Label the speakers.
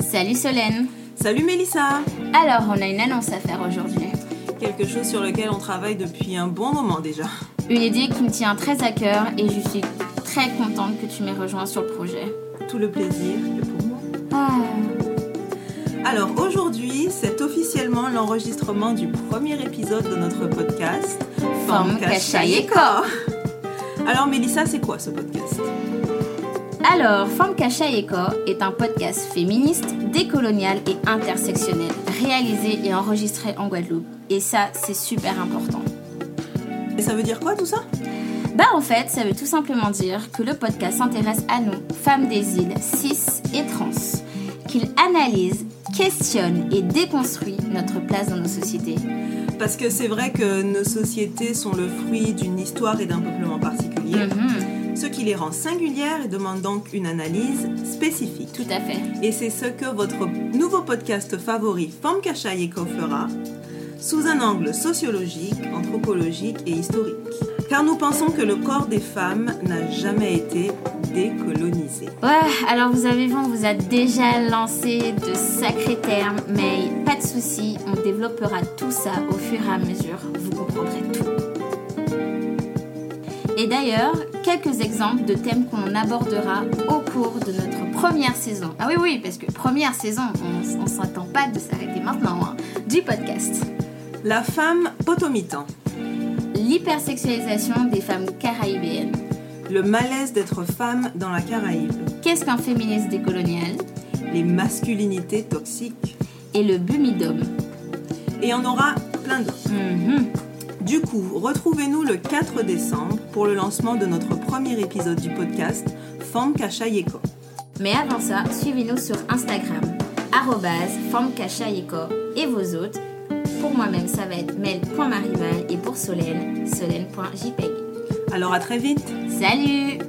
Speaker 1: Salut Solène
Speaker 2: Salut Mélissa
Speaker 1: Alors, on a une annonce à faire aujourd'hui.
Speaker 2: Quelque chose sur lequel on travaille depuis un bon moment déjà.
Speaker 1: Une idée qui me tient très à cœur et je suis très contente que tu m'aies rejoint sur le projet.
Speaker 2: Tout le plaisir est pour moi.
Speaker 1: Ah,
Speaker 2: Alors aujourd'hui, c'est officiellement l'enregistrement du premier épisode de notre podcast
Speaker 1: Forme Cachaille et Corps.
Speaker 2: Alors Mélissa, c'est quoi ce podcast
Speaker 1: Alors, Femme Cachaille et Corps est un podcast féministe, décolonial et intersectionnel, réalisé et enregistré en Guadeloupe. Et ça, c'est super important.
Speaker 2: Et ça veut dire quoi tout ça
Speaker 1: Bah en fait, ça veut tout simplement dire que le podcast s'intéresse à nous, femmes des îles, cis et trans, qu'il analyse, questionne et déconstruit notre place dans nos sociétés.
Speaker 2: Parce que c'est vrai que nos sociétés sont le fruit d'une histoire et d'un peuplement particulier,
Speaker 1: Mhm,
Speaker 2: ce qui les rend singulières et demande donc une analyse spécifique.
Speaker 1: tout à fait.
Speaker 2: Et c'est ce que votre nouveau podcast favori, Femme Cachaille Eco, fera, sous un angle sociologique, anthropologique et historique. Car nous pensons que le corps des femmes n'a jamais été décolonisé.
Speaker 1: Ouais, alors vous avez vu, on vous a déjà lancé de sacrés termes, mais pas de souci, on développera tout ça au fur et à mesure, vous comprendrez tout. Et d'ailleurs, quelques exemples de thèmes qu'on abordera au cours de notre première saison. Ah oui, oui, parce que première saison, on, on s'attend pas de s'arrêter maintenant, hein, du podcast.
Speaker 2: La femme potomitan,
Speaker 1: L'hypersexualisation des femmes caraïbéennes.
Speaker 2: le malaise d'être femme dans la Caraïbe,
Speaker 1: Qu'est-ce qu'un féministe décolonial
Speaker 2: les masculinités toxiques,
Speaker 1: Et le bumidum.
Speaker 2: et on aura plein d'autres.
Speaker 1: Mhm.
Speaker 2: Du coup, retrouvez-nous le 4 décembre pour le lancement de notre premier épisode du podcast Femme Cachaille Eco.
Speaker 1: Mais avant ça, suivez-nous sur Instagram, arrobase formcachaïco et vos autres. Pour moi-même, ça va être mel.marival et pour Solène, solène.jpeg.
Speaker 2: Alors à très vite
Speaker 1: Salut